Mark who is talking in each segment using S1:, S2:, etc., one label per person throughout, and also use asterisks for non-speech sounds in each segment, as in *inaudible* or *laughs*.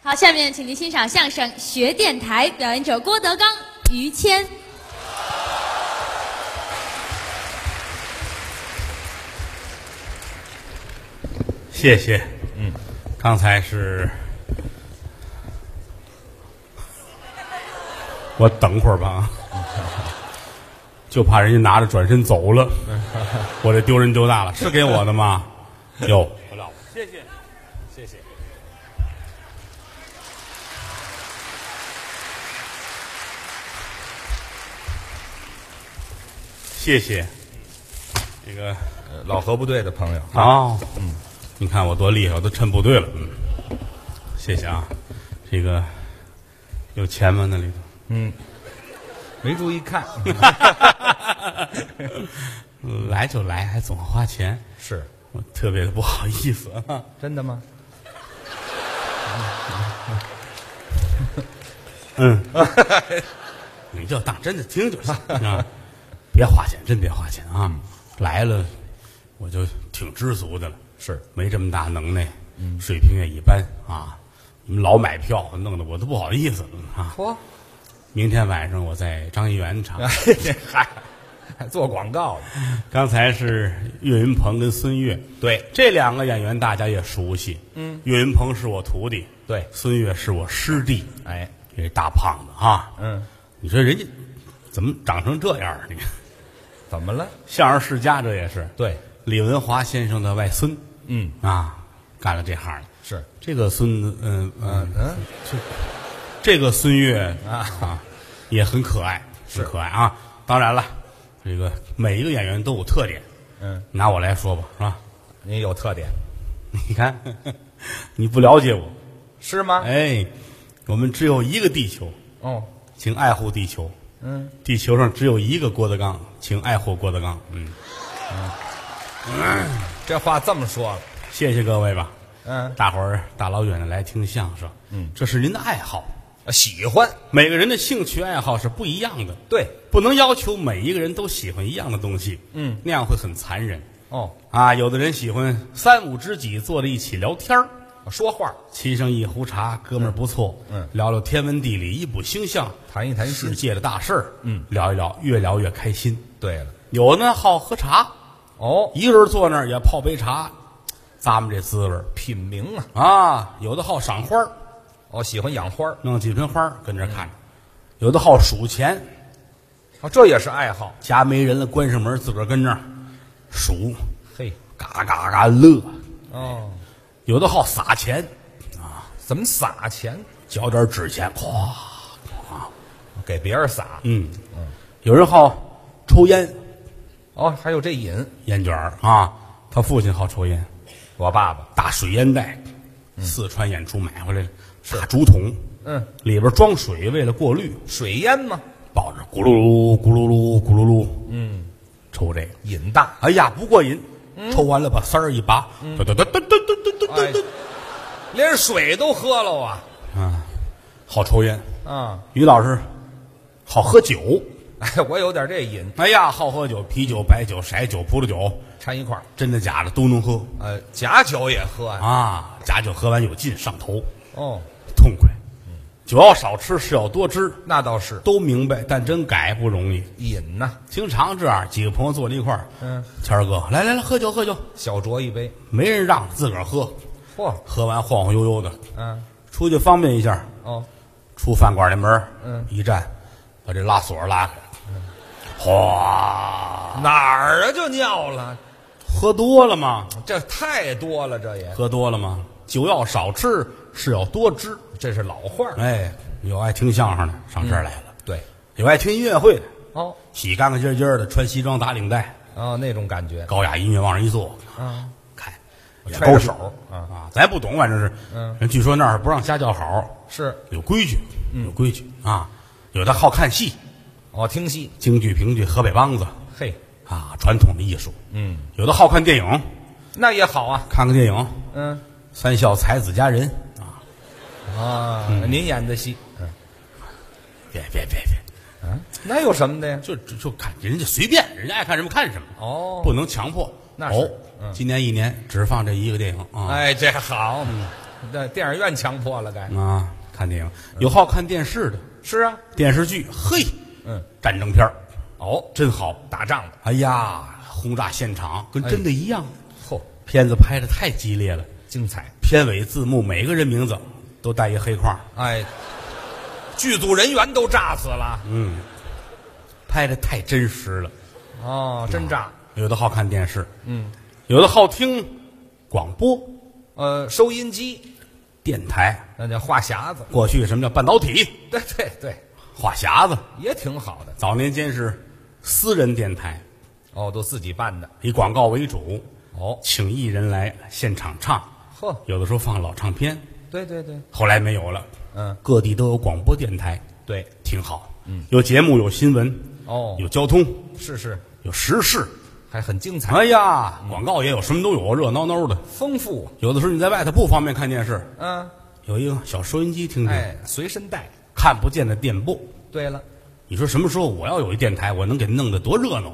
S1: 好，下面请您欣赏相声《学电台》，表演者郭德纲、于谦。
S2: 谢谢，嗯，刚才是，我等会儿吧啊，就怕人家拿着转身走了，我这丢人丢大了，是给我的吗？ *laughs* 哟，不要，谢谢，谢谢。谢谢，这个
S3: 呃老何部队的朋友，
S2: 哦，嗯，你看我多厉害，我都趁部队了。嗯，谢谢啊。这个有钱吗？那里头
S3: 没注意看，
S2: 嗯来就来，还总花钱，
S3: *laughs* 是
S2: 我特别的不好意思啊。
S3: 真的吗？
S2: 嗯，你就当真的听就行啊，别花钱，真别花钱啊。来了，我就挺知足的了。
S3: 是
S2: 没这么大能耐，水平也一般啊。你们老买票，弄得我都不好意思了啊。
S3: 嚯， *laughs*
S2: 明天晚上我在张一元场。
S3: 嗨，还做广告呢
S2: 刚才是岳云鹏跟孙越，
S3: 对
S2: 这两个演员大家也熟悉。嗯，岳云鹏是我徒弟，
S3: 对，
S2: 孙越是我师弟。
S3: 哎，
S2: 这大胖子啊，
S3: 嗯，
S2: 你说人家怎么长成这样儿？你看
S3: 怎么了？
S2: 相声世家这也是
S3: 对，
S2: 李文华先生的外孙
S3: 嗯，
S2: 啊，干了这行的。
S3: 是，
S2: 这个孙子，嗯嗯，
S3: 嗯，
S2: 这个孙越
S3: 啊
S2: 啊，也很可爱，
S3: 是
S2: 很可爱啊。当然了，这个每一个演员都有特点。
S3: 嗯，
S2: 拿我来说吧，是吧？
S3: 您有特点
S2: *laughs* 你看，你不了解我，
S3: 是吗？
S2: 哎，我们只有一个地球，
S3: 哦，
S2: 请爱护地球。
S3: 嗯，
S2: 地球上只有一个郭德纲，请爱护郭德纲。嗯，
S3: 这话这么说了，
S2: 谢谢各位吧，
S3: 嗯，
S2: 大伙儿大老远的来听相声，嗯，这是您的爱好，
S3: 啊喜欢，
S2: 每个人的兴趣爱好是不一样的，
S3: 对，
S2: 不能要求每一个人都喜欢一样的东西，嗯，那样会很残忍
S3: 哦，
S2: 啊。有的人喜欢三五知己坐在一起聊天儿，
S3: 啊说话，
S2: 沏上一壶茶，哥们儿不错，
S3: 嗯
S2: 聊聊天文地理、一补星象，
S3: 谈一谈
S2: 世
S3: 心。
S2: 界的大事儿，嗯，聊一聊，越聊越开心。
S3: 对了，
S2: 有的呢好喝茶，
S3: 哦，
S2: 一个人坐那儿也泡杯茶，咂摸这滋味儿
S3: 品茗啊，
S2: 啊。有的好赏花儿，
S3: 哦，喜欢养花儿
S2: 弄几盆花儿跟这儿看着；有的好数钱，
S3: 哦，这也是爱好。
S2: 家没人了，关上门自个儿跟那儿数，
S3: 嘿，
S2: 嘎嘎嘎乐。
S3: 哦，
S2: 有的好撒钱，
S3: 怎么撒钱？
S2: 嚼点纸钱，咵，
S3: 给别人撒。
S2: 嗯，有人好抽烟，
S3: 哦，还有这瘾，
S2: 烟卷儿啊。他父亲好抽烟，
S3: 我爸爸。
S2: 大水烟袋，四川演出买回来了，大竹筒，
S3: 嗯，
S2: 里边装水，为了过滤，
S3: 水烟吗？
S2: 抱着咕噜噜咕噜噜咕噜噜，嗯，抽这个，
S3: 瘾大，
S2: 哎呀不过瘾，
S3: 嗯
S2: 抽完了把塞儿一拔，嘟嘟嘟嘟嘟嘟嘟嘟
S3: 哎
S2: 嘟，
S3: 连水都喝了啊！
S2: 好抽烟。
S3: 啊，
S2: 于老师好喝酒，
S3: *laughs* 哎，我有点这瘾，
S2: 哎呀好喝酒，啤酒、白酒、色酒、葡萄酒，
S3: 掺一块儿。
S2: 真的假的都能喝
S3: 呃，假酒也喝啊。
S2: 啊，假酒喝完有劲，上头
S3: 哦，
S2: 痛快。
S3: 嗯
S2: 酒要少吃，是要多吃，
S3: 那倒是
S2: 都明白，但真改不容易。
S3: 瘾呐，
S2: 经常这样，几个朋友坐在一块儿，
S3: 嗯，
S2: 谦儿哥来来来，喝酒喝酒，
S3: 小酌一杯。
S2: 没人让，自个儿喝，
S3: 嚯、
S2: 喝完晃晃悠悠的，
S3: 嗯、
S2: 出去方便一下，
S3: 哦，
S2: 出饭馆那门儿
S3: 嗯，
S2: 一站，把这拉锁拉开，哗，
S3: 哪儿啊就尿了，
S2: 喝多了吗？
S3: 这太多了，这也
S2: 喝多了吗？酒要少吃，是要多知。
S3: 这是老话儿。
S2: 哎，有爱听相声的上这儿来了，
S3: 对，
S2: 有爱听音乐会的，
S3: 哦
S2: 洗干干净净的，穿西装打领带，
S3: 哦，那种感觉
S2: 高雅音乐往上一坐，
S3: 啊，
S2: 看，也
S3: 揣
S2: 高
S3: 着
S2: 手
S3: 手啊，
S2: 啊，咱也不懂，反正是，
S3: 嗯，
S2: 人据说那儿不让瞎叫好，
S3: 是
S2: 有规矩，
S3: 嗯
S2: 有规矩啊。有的好看戏，
S3: 哦，听戏，
S2: 京剧、评剧、河北梆子
S3: 嘿，
S2: 啊，传统的艺术。
S3: 嗯，
S2: 有的好看电影，
S3: 那也好啊，
S2: 看看电影，《
S3: 嗯
S2: 三笑才子佳人》啊，
S3: 啊，您演的戏，嗯、
S2: 别别别别，
S3: 那有什么的呀？
S2: 就就就看人家随便，人家爱看什么看什么，
S3: 哦，
S2: 不能强迫。
S3: 那是嗯
S2: 哦，今年一年只放这一个电影啊。
S3: 哎哎，这好，那电影院强迫了该。
S2: 啊，看电影
S3: 嗯
S2: 有好看电视的
S3: 是啊，
S2: 电视剧，嘿，
S3: 嗯，
S2: 战争片儿
S3: 哦，
S2: 真好。
S3: 打仗的，
S2: 哎呀，轰炸现场跟真的一样，
S3: 嚯，
S2: 片子拍的太激烈了。
S3: 精彩！
S2: 片尾字幕每个人名字都带一黑框，
S3: 哎， *laughs* 剧组人员都炸死了。
S2: 嗯，拍的太真实了。
S3: 哦，真炸。
S2: 有的好看电视，嗯，有的好听广播
S3: 呃，收音机
S2: 电台。
S3: 那叫话匣子。 *laughs*
S2: 过去什么叫半导体、
S3: 对对对，
S2: 话匣子？
S3: 也挺好的。
S2: 早年间是私人电台，
S3: 哦，都自己办的。
S2: 以广告为主，
S3: 哦，
S2: 请艺人来现场唱，
S3: 呵，
S2: 有的时候放老唱片。
S3: 对对对，
S2: 后来没有了，
S3: 嗯，
S2: 各地都有广播电台，
S3: 对。
S2: 挺好。嗯，有节目，有新闻，
S3: 哦，
S2: 有交通，
S3: 是是，
S2: 有时事。
S3: 还很精彩，
S2: 哎呀，广告也有，什么都有，热闹闹的。
S3: 丰富。啊
S2: 有的时候你在外头不方便看电视，
S3: 嗯，
S2: 有一个小收音机听听，
S3: 哎，随身带。
S2: 看不见的电波。
S3: 对了，
S2: 你说什么时候我要有一电台，我能给弄得多热闹？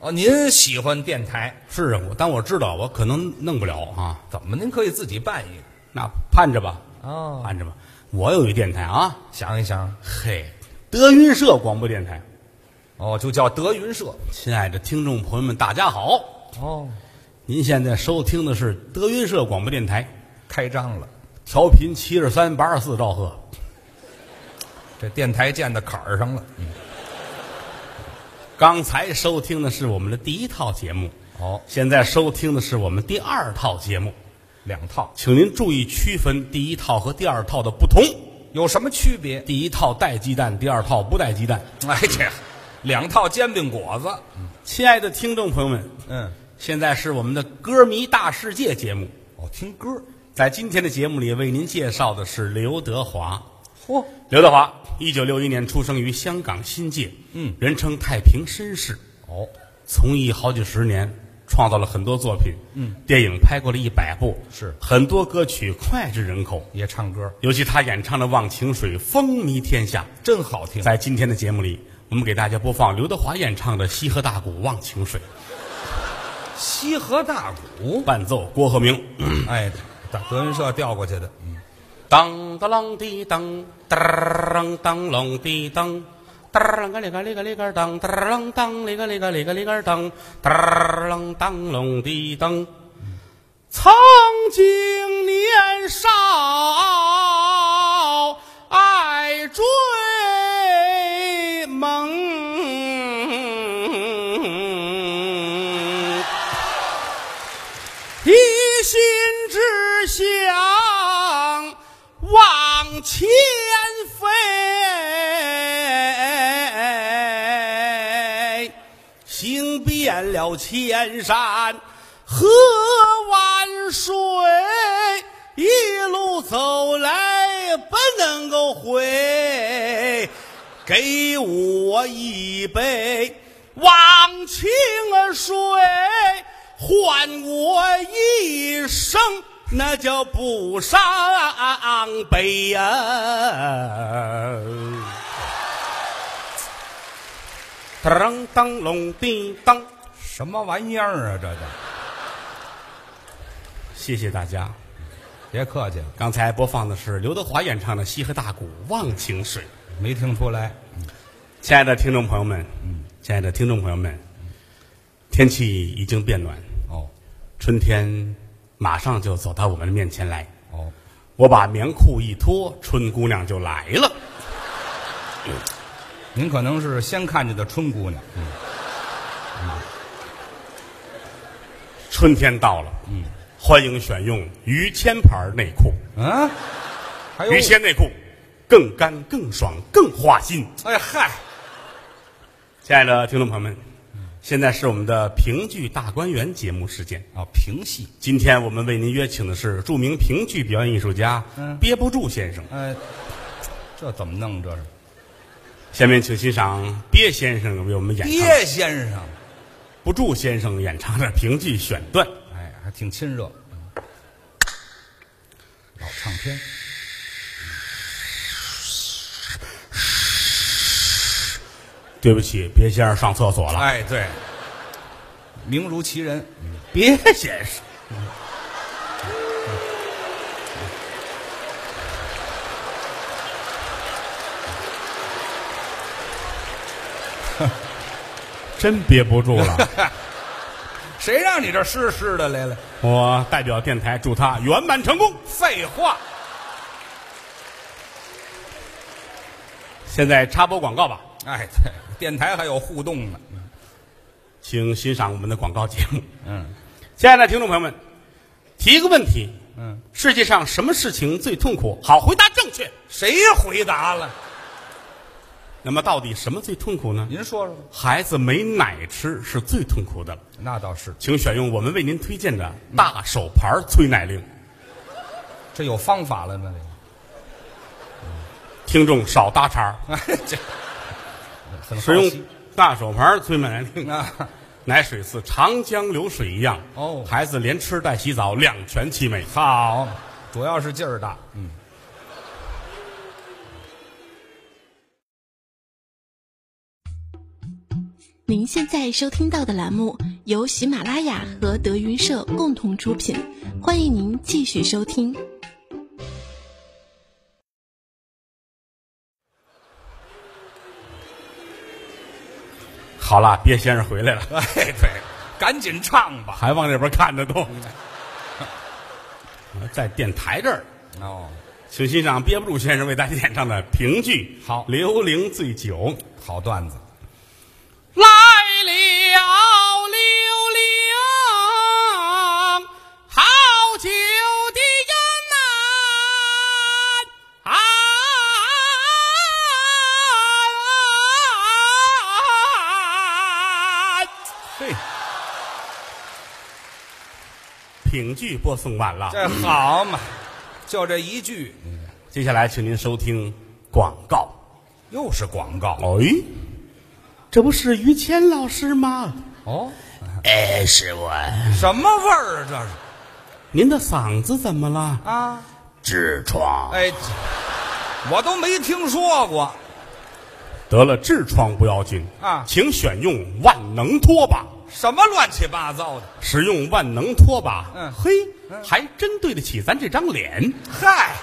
S3: 哦，您喜欢电台？
S2: 是啊，我但我知道我可能弄不了啊，
S3: 怎么？您可以自己办一个。
S2: 那盼着吧，
S3: 哦，
S2: 盼着吧。我有一电台啊，
S3: 想一想，
S2: 嘿，德云社广播电台。
S3: 哦，就叫德云社。
S2: 亲爱的听众朋友们，大家好，
S3: 哦，
S2: 您现在收听的是德云社广播电台，
S3: 开张了，
S2: 调频七十三八十四兆赫。
S3: 这电台建到坎儿上了。
S2: 刚才收听的是我们的第一套节目，
S3: 哦，
S2: 现在收听的是我们第二套节目，
S3: 两套
S2: 请您注意区分第一套和第二套的不同。
S3: 有什么区别？ *laughs*
S2: 第一套带鸡蛋，第二套不带鸡蛋。
S3: 哎，这两套煎饼果子。
S2: 亲爱的听众朋友们，
S3: 嗯，
S2: 现在是我们的歌迷大世界节目，
S3: 哦，听歌。
S2: 在今天的节目里为您介绍的是刘德华。
S3: 嚯，
S2: 刘德华，一九六一年出生于香港新界，
S3: 嗯，
S2: 人称太平绅士，
S3: 哦，
S2: 从艺好几十年，创造了很多作品，嗯，电影拍过了一百部，
S3: 是
S2: 很多歌曲脍炙人口，
S3: 也唱歌，
S2: 尤其他演唱的《忘情水》风靡天下。
S3: 真好听。
S2: 在今天的节目里，我们给大家播放刘德华演唱的《西河大鼓·忘情水
S3: 西河大鼓》，，
S2: 伴奏郭鹤鸣。
S3: 哎，德德云社调过去的。嗯
S2: 当当啷滴当，当当啷滴当，当啷个哩个哩个哩个当，当啷当哩个哩个哩个哩个当，当啷当啷滴当。曾经年少爱追梦。一心只想往前飞，行遍了千山和万水，一路走来不能够回，给我一杯忘情水，换我一生那叫不伤悲呀、当当隆叮当，
S3: 什么玩意儿啊？这叫
S2: 谢谢大家。
S3: 别客气了，
S2: 刚才播放的是刘德华演唱的《西河大鼓·忘情水》。
S3: 没听出来。
S2: 亲爱的听众朋友们，嗯亲爱的听众朋友们，天气已经变暖，
S3: 哦
S2: 春天马上就走到我们的面前来。
S3: 哦，
S2: 我把棉裤一脱，春姑娘就来了。
S3: 您可能是先看见的春姑娘。
S2: 春天到了，嗯，欢迎选用于谦牌内裤。
S3: 嗯，还有
S2: 于谦内裤更干、更爽、更花心。
S3: 哎嗨，
S2: 亲爱的听众朋友们，现在是我们的评剧大观园节目时间。
S3: 啊，评戏，
S2: 今天我们为您约请的是著名评剧表演艺术家、
S3: 嗯
S2: 憋不住先生。
S3: 哎，这怎么弄？这是
S2: 下面请欣赏憋先生为我们演唱的
S3: 鳖先生，
S2: 不住先生演唱的评剧选段。
S3: 哎，还挺亲热，嗯老唱片，
S2: 对不起，憋先生上厕所了。
S3: 哎，对，名如其人，
S2: 憋先生， *laughs* 真憋不住了。
S3: 谁让你这湿湿的来了？
S2: 我代表电台祝他圆满成功。
S3: 废话，
S2: 现在插播广告吧，
S3: 哎，对，电台还有互动呢。
S2: 请欣赏我们的广告节目。
S3: 嗯
S2: 亲爱的听众朋友们，提一个问题：
S3: 嗯，
S2: 世界上什么事情最痛苦？好，回答正确。
S3: 谁回答了？
S2: 那么到底什么最痛苦呢？
S3: 您说说吧。
S2: 孩子没奶吃是最痛苦的了。
S3: 那倒是，
S2: 请选用我们为您推荐的大手牌催奶令，
S3: 这有方法了吗？
S2: 听众少搭茬儿，
S3: 哎，这很好
S2: 使用
S3: 奇
S2: 大手牌催奶令。
S3: 啊， *laughs*
S2: 奶水似长江流水一样，
S3: 哦
S2: 孩子连吃带洗澡，两全其美。
S3: 好，主要是劲儿大。嗯
S4: 您现在收听到的栏目由喜马拉雅和德云社共同出品，欢迎您继续收听。
S2: 好啦，鳖先生回来了，
S3: 哎，
S2: *laughs*
S3: 对，赶紧唱吧。
S2: 还往这边看着都，
S3: 嗯
S2: 在电台这儿，
S3: 哦，
S2: 请欣赏憋不住先生为大家演唱的评剧《
S3: 好
S2: 刘伶醉酒》。
S3: 好段子。
S5: 来了刘伶，好酒的人呐、啊！
S2: *laughs*
S3: 嘿，
S2: 评剧播送完了，
S3: 这好嘛，就这一句，
S2: 接下来请您收听广告。
S3: 又是广告。
S2: 哎，这不是于谦老师吗？
S3: 哦，
S2: 哎，是我。
S3: 什么味儿啊这是
S2: 您的嗓子怎么了？
S3: 啊？
S2: 痔疮。
S3: 哎，我都没听说过。
S2: 得了痔疮不要紧
S3: 啊
S2: 请选用万能拖把。
S3: 什么乱七八糟的？
S2: 使用万能拖把，
S3: 嗯
S2: 嘿，还真对得起咱这张脸。
S3: 嗨，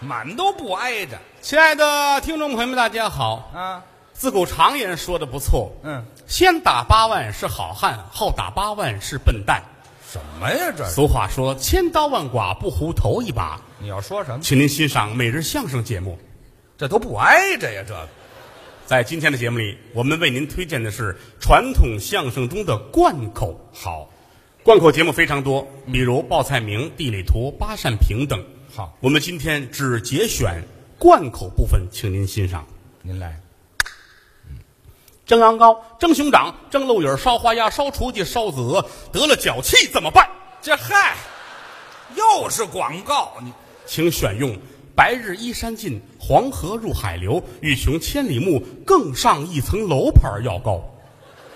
S3: 满都不挨着
S2: 亲爱的听众朋友们，大家好。
S3: 啊。
S2: 自古常言说的不错，
S3: 嗯，
S2: 先打八万是好汉，后打八万是笨蛋。
S3: 什么呀这是？
S2: 俗话说，千刀万剐不糊头一把。
S3: 你要说什么？
S2: 请您欣赏每日相声节目。
S3: 这都不挨着呀，这个
S2: 在今天的节目里，我们为您推荐的是传统相声中的贯口。好，贯口节目非常多，比如报菜名、地理图、八扇屏等。
S3: 好
S2: 我们今天只节选贯口部分，请您欣赏。
S3: 您来。
S2: 蒸羊羔、蒸熊掌、蒸鹿尾、烧花鸭、烧雏鸡、烧子鹅，得了脚气怎么办？
S3: 这嗨，又是广告，你
S2: 请选用“白日依山尽，黄河入海流，欲穷千里目，更上一层楼”牌药膏。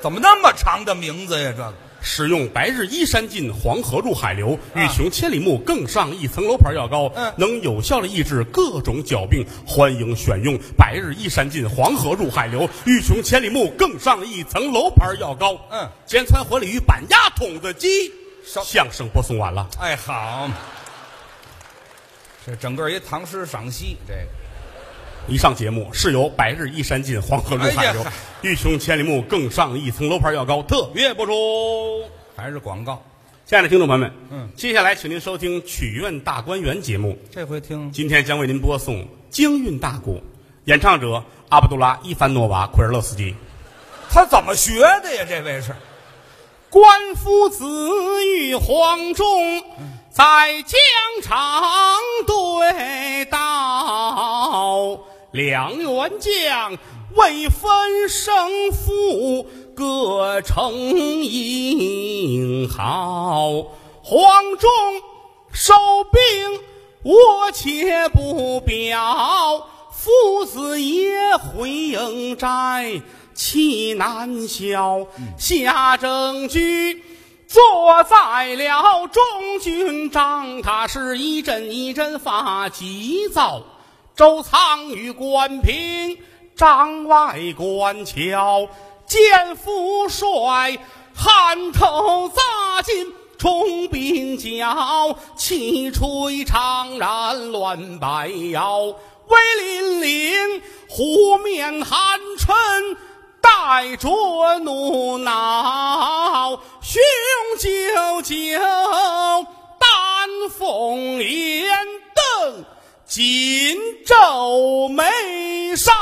S3: 怎么那么长的名字呀？这个
S2: 使用“白日依山尽，黄河入海流，欲穷千里目，更上一层楼”牌药膏，
S3: 啊嗯
S2: 能有效的抑制各种脚病。欢迎选用“白日依山尽，黄河入海流，欲穷千里目，更上一层楼”牌药膏。
S3: 嗯，
S2: 煎川火鲤鱼板鸭筒子鸡。
S3: 少
S2: 相声播送完了，
S3: 哎好嘛，这整个一唐诗赏析，这个
S2: 以上节目是由“白日依山尽，黄河入海流
S3: 哎呀，
S2: 欲穷千里目，更上一层楼”牌药膏特约播出。
S3: 还是广告。
S2: 亲爱的听众朋友们，
S3: 嗯
S2: 接下来请您收听《曲苑大观园》节目。
S3: 这回听
S2: 今天将为您播送《京韵大鼓》，演唱者阿卜杜拉·伊凡诺娃·库尔勒斯基。
S3: 他怎么学啊的呀？这位是
S2: 官夫子与黄忠在疆场对道，两员将未分胜负，各逞英豪。黄忠收兵，我且不表。父子爷回营寨，气难消。夏正居坐在了中军帐，他是一阵一阵发急躁。周仓与关平、帐外观瞧，见父帅汗头扎进冲鬓角，气吹长髯乱摆摇。威凛凛，湖面寒沉，大
S6: 待着怒恼，雄赳赳，丹凤眼瞪，紧皱眉梢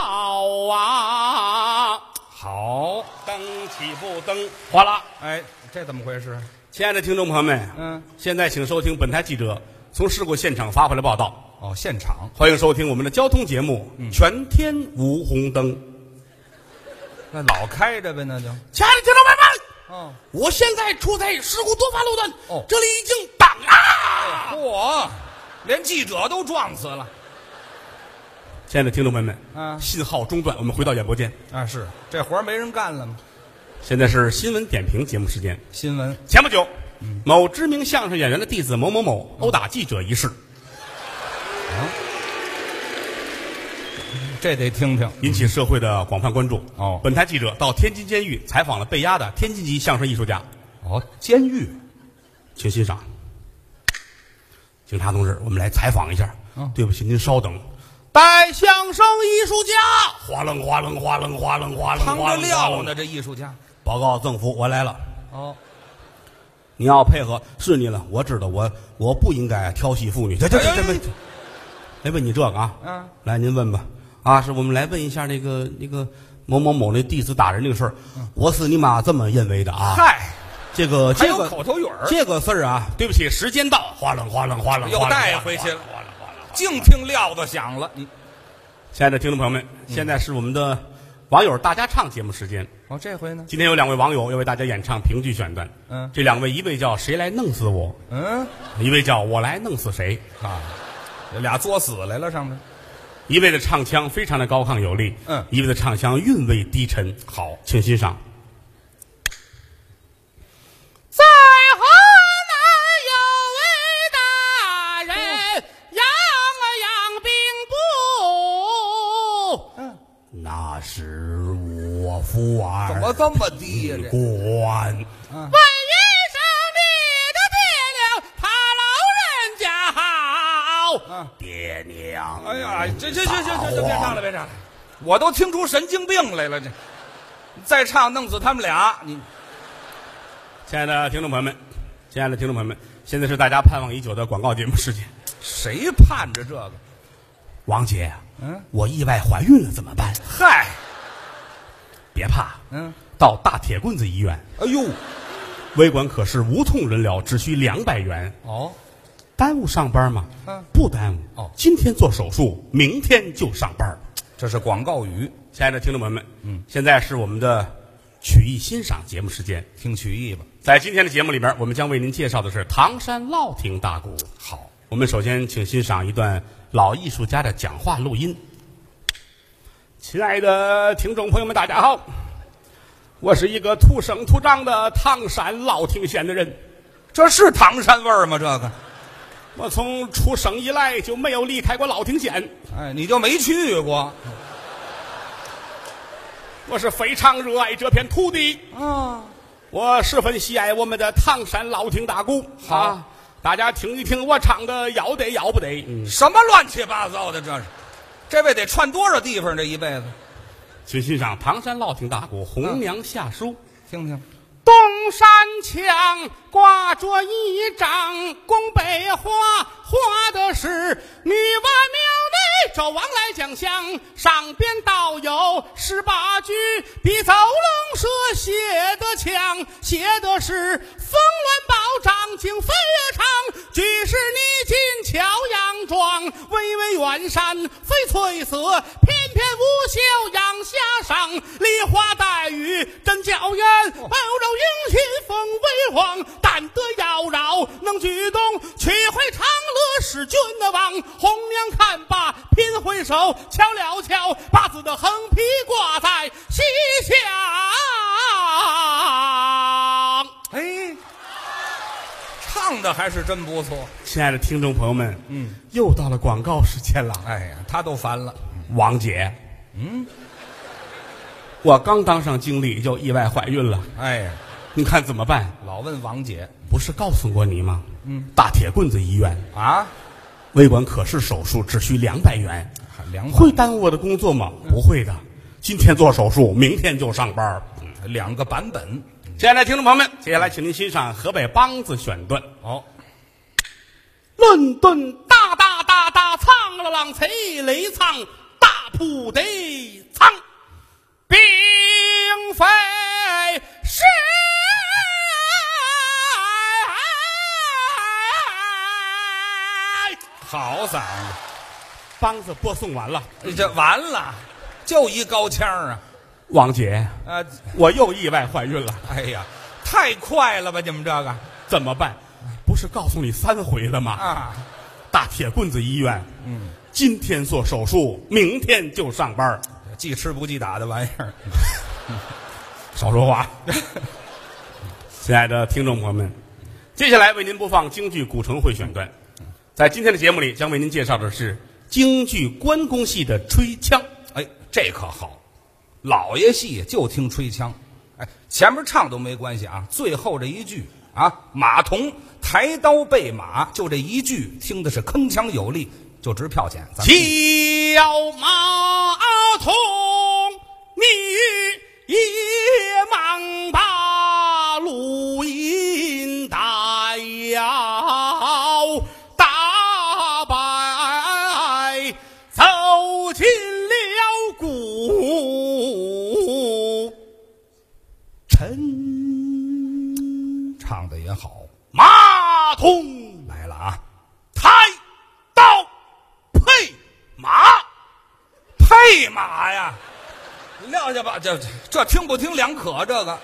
S6: 啊！
S3: 好，
S2: 蹬起不蹬？
S6: 哗啦！
S3: 哎，这怎么回事？
S2: 亲爱的听众朋友们，
S3: 嗯，
S2: 现在请收听本台记者从事故现场发回来报道。
S3: 哦，现场
S2: 欢迎收听我们的交通节目
S3: 嗯
S2: 《全天无红灯》。
S3: 那老开着呗，那就，
S2: 亲爱的听众朋友们，
S3: 哦，
S2: 我现在处在事故多发路段，
S3: 哦哎
S2: 这里已经挡啊！
S3: 嚯，连记者都撞死了。
S2: 亲爱的听众朋友们，
S3: 嗯
S2: 信号中断，我们回到演播间。
S3: 啊，是这活儿没人干了吗？
S2: 现在是新闻点评节目时间。
S3: 新闻
S2: 前不久，某知名相声演员的弟子某某某殴打记者一事
S3: 这得听听。
S2: 引起社会的广泛关注。
S3: 哦
S2: 本台记者到天津监狱采访了被押的天津籍相声艺术家，
S3: 哦，监狱
S2: 请欣赏。警察同志，我们来采访一下。
S3: 嗯
S2: 对不起，您稍等。
S6: 带相声艺术家，
S2: 哗楞哗楞哗楞哗楞哗楞，
S3: 趟着料
S2: 哗楞哗楞
S3: 呢，这艺术家。
S2: 报告政府，我来了。
S3: 哦，
S2: 你要配合，是你了。我知道，我我不应该挑戏妇女。这这这这
S3: 哎哎哎
S2: 这，来问你这个啊？
S3: 嗯，
S2: 来您问吧。啊，是我们来问一下那个那个某某某那弟子打人这个事儿。我是你妈这么认为的啊？
S3: 嗨，
S2: 这个
S3: 还
S2: 这
S3: 有
S2: 个
S3: 口头语儿，
S2: 这个事儿啊，对不起，时间到，哗楞哗楞哗楞，
S3: 又
S2: 哗楞
S3: 带回去了
S2: 哗楞哗楞哗楞。
S3: 净听料子响了。嗯你
S2: 亲爱的听众朋友们，现在是我们的网友大家唱节目时间。
S3: 哦，这回呢？
S2: 今天有两位网友要为大家演唱评剧选段。
S3: 嗯
S2: 这两位一位叫谁来弄死我，
S3: 嗯
S2: 一位叫我来弄死谁。
S3: 啊，这俩作死来了，上面
S2: 一位的唱腔非常的高亢有力，
S3: 嗯
S2: 一位的唱腔韵味低沉。好，请欣赏。
S6: 在河南有位
S2: 哦
S6: 大人，养啊养兵部。
S3: 嗯啊
S2: 那时我夫
S3: 怎
S2: 儿
S3: 么这么低呀、这
S2: 官，
S6: 万一上你的爹娘，他老人家好，
S3: 啊！
S2: 爹娘。
S3: 哎呀，这这这这这这别
S2: 大
S3: 唱
S2: 王
S3: 了，别唱了，我都听出神经病来了。这再唱弄死他们俩，你
S2: 亲爱的听众朋友们，亲爱的听众朋友们，现在是大家盼望已久的广告节目时间。
S3: 谁盼着这个？
S2: 王姐，
S3: 嗯，
S2: 我意外怀孕了怎么办？
S3: 嗨，
S2: 别怕，
S3: 嗯，
S2: 到大铁棍子医院，
S3: 哎呦，
S2: 微管可是无痛诊疗，只需两百元。
S3: 哦，
S2: 耽误上班吗？
S3: 嗯
S2: 不耽误。
S3: 哦
S2: 今天做手术，明天就上班。
S3: 这是广告语，
S2: 亲爱的听众朋友们，嗯，现在是我们的曲艺欣赏节目时间。
S3: 听曲艺吧。
S2: 在今天的节目里边，我们将为您介绍的是唐山烙亭大鼓。
S3: 好，
S2: 我们首先请欣赏一段老艺术家的讲话录音。亲爱的听众朋友们，大家好，我是一个土生土长的唐山烙亭县的人。
S3: 这是唐山味儿吗？这个，
S2: 我从出生以来就没有离开过老亭县，
S3: 哎，你就没去过
S2: 我是非常热爱这片土地，
S3: 啊？
S2: 我十分喜爱我们的唐山老亭大鼓。
S3: 好
S2: 啊，大家听一听我唱的要得要不得。嗯，
S3: 什么乱七八糟的这是？这位得串多少地方这一辈子？
S2: 请欣赏唐山老亭大鼓《红娘下书》
S3: 听听，
S6: 东山墙挂着一张宫北画，画的是女娲庙内纣王来将相，上边倒有十八句，比走龙蛇写的强，写的是风峦宝掌景飞跃长，举世你今巧佯装，巍巍远山非翠色，翩翩舞袖仰霞裳，梨花带雨真娇艳，包柔英心风微晃，但得妖娆能举动，取回长乐使君的王，红娘看罢拼回首，瞧了瞧八字的横批挂在西厢。
S3: 哎，唱的还是真不错。
S2: 亲爱的听众朋友们，
S3: 嗯，
S2: 又到了广告时间了。
S3: 哎呀，他都烦了。
S2: 王姐，嗯，我刚当上经理就意外怀孕了，
S3: 哎呀，
S2: 你看怎么办？
S3: 老问王姐
S2: 不是告诉过你吗？嗯，大铁棍子医院
S3: 啊，
S2: 微管可视手术只需两百元，
S3: 两
S2: 嗯会耽误我的工作吗？不会的，今天做手术，明天就上班儿。
S3: 两个版本。
S2: 接下来，听众朋友们，接下来请您欣赏河北梆子选段。
S3: 哦，
S2: 论顿大大大大苍了浪贼雷苍大铺的苍，并非是。
S3: 好嗓子，
S2: 梆子播送完了，
S3: 这完了，就一高腔儿啊
S2: 王姐，
S3: 啊！
S2: 我又意外怀孕了，
S3: 哎呀，太快了吧，你们这个
S2: 怎么办？不是告诉你三回了吗？
S3: 啊，
S2: 大铁棍子医院，嗯，今天做手术，明天就上班儿
S3: 记吃不记打的玩意儿。
S2: 少说话。 *laughs* 亲爱的听众朋友们，接下来为您播放京剧《古城会》选段。在今天的节目里，将为您介绍的是京剧关公戏的吹腔。
S3: 哎，这可好，老爷戏就听吹腔，哎，前面唱都没关系啊，最后这一句啊，马童抬刀备马，就这一句听的是铿锵有力，就值票钱。咱
S2: 小
S3: 们
S2: 马童，你也忙把录音带呀打败，走进了古城。
S3: 唱的也好，
S2: 马童
S3: 来了啊，
S2: 抬刀配马。
S3: 配马呀，撂下吧，这这这听不听两可，这个啊，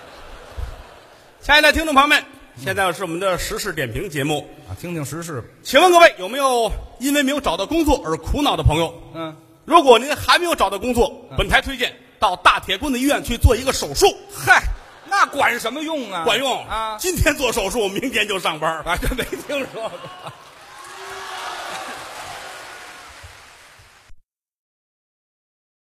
S2: 亲爱的听众朋友们，现在是我们的时事点评节目，
S3: 听听时事吧。
S2: 请问各位有没有因为没有找到工作而苦恼的朋友？
S3: 嗯，
S2: 如果您还没有找到工作，本台推荐到大铁棍子医院去做一个手术，
S3: 嗨，那管什么用啊？
S2: 管用
S3: 啊！哎
S2: 今天做手术，明天就上班。
S3: 啊，这没听说过。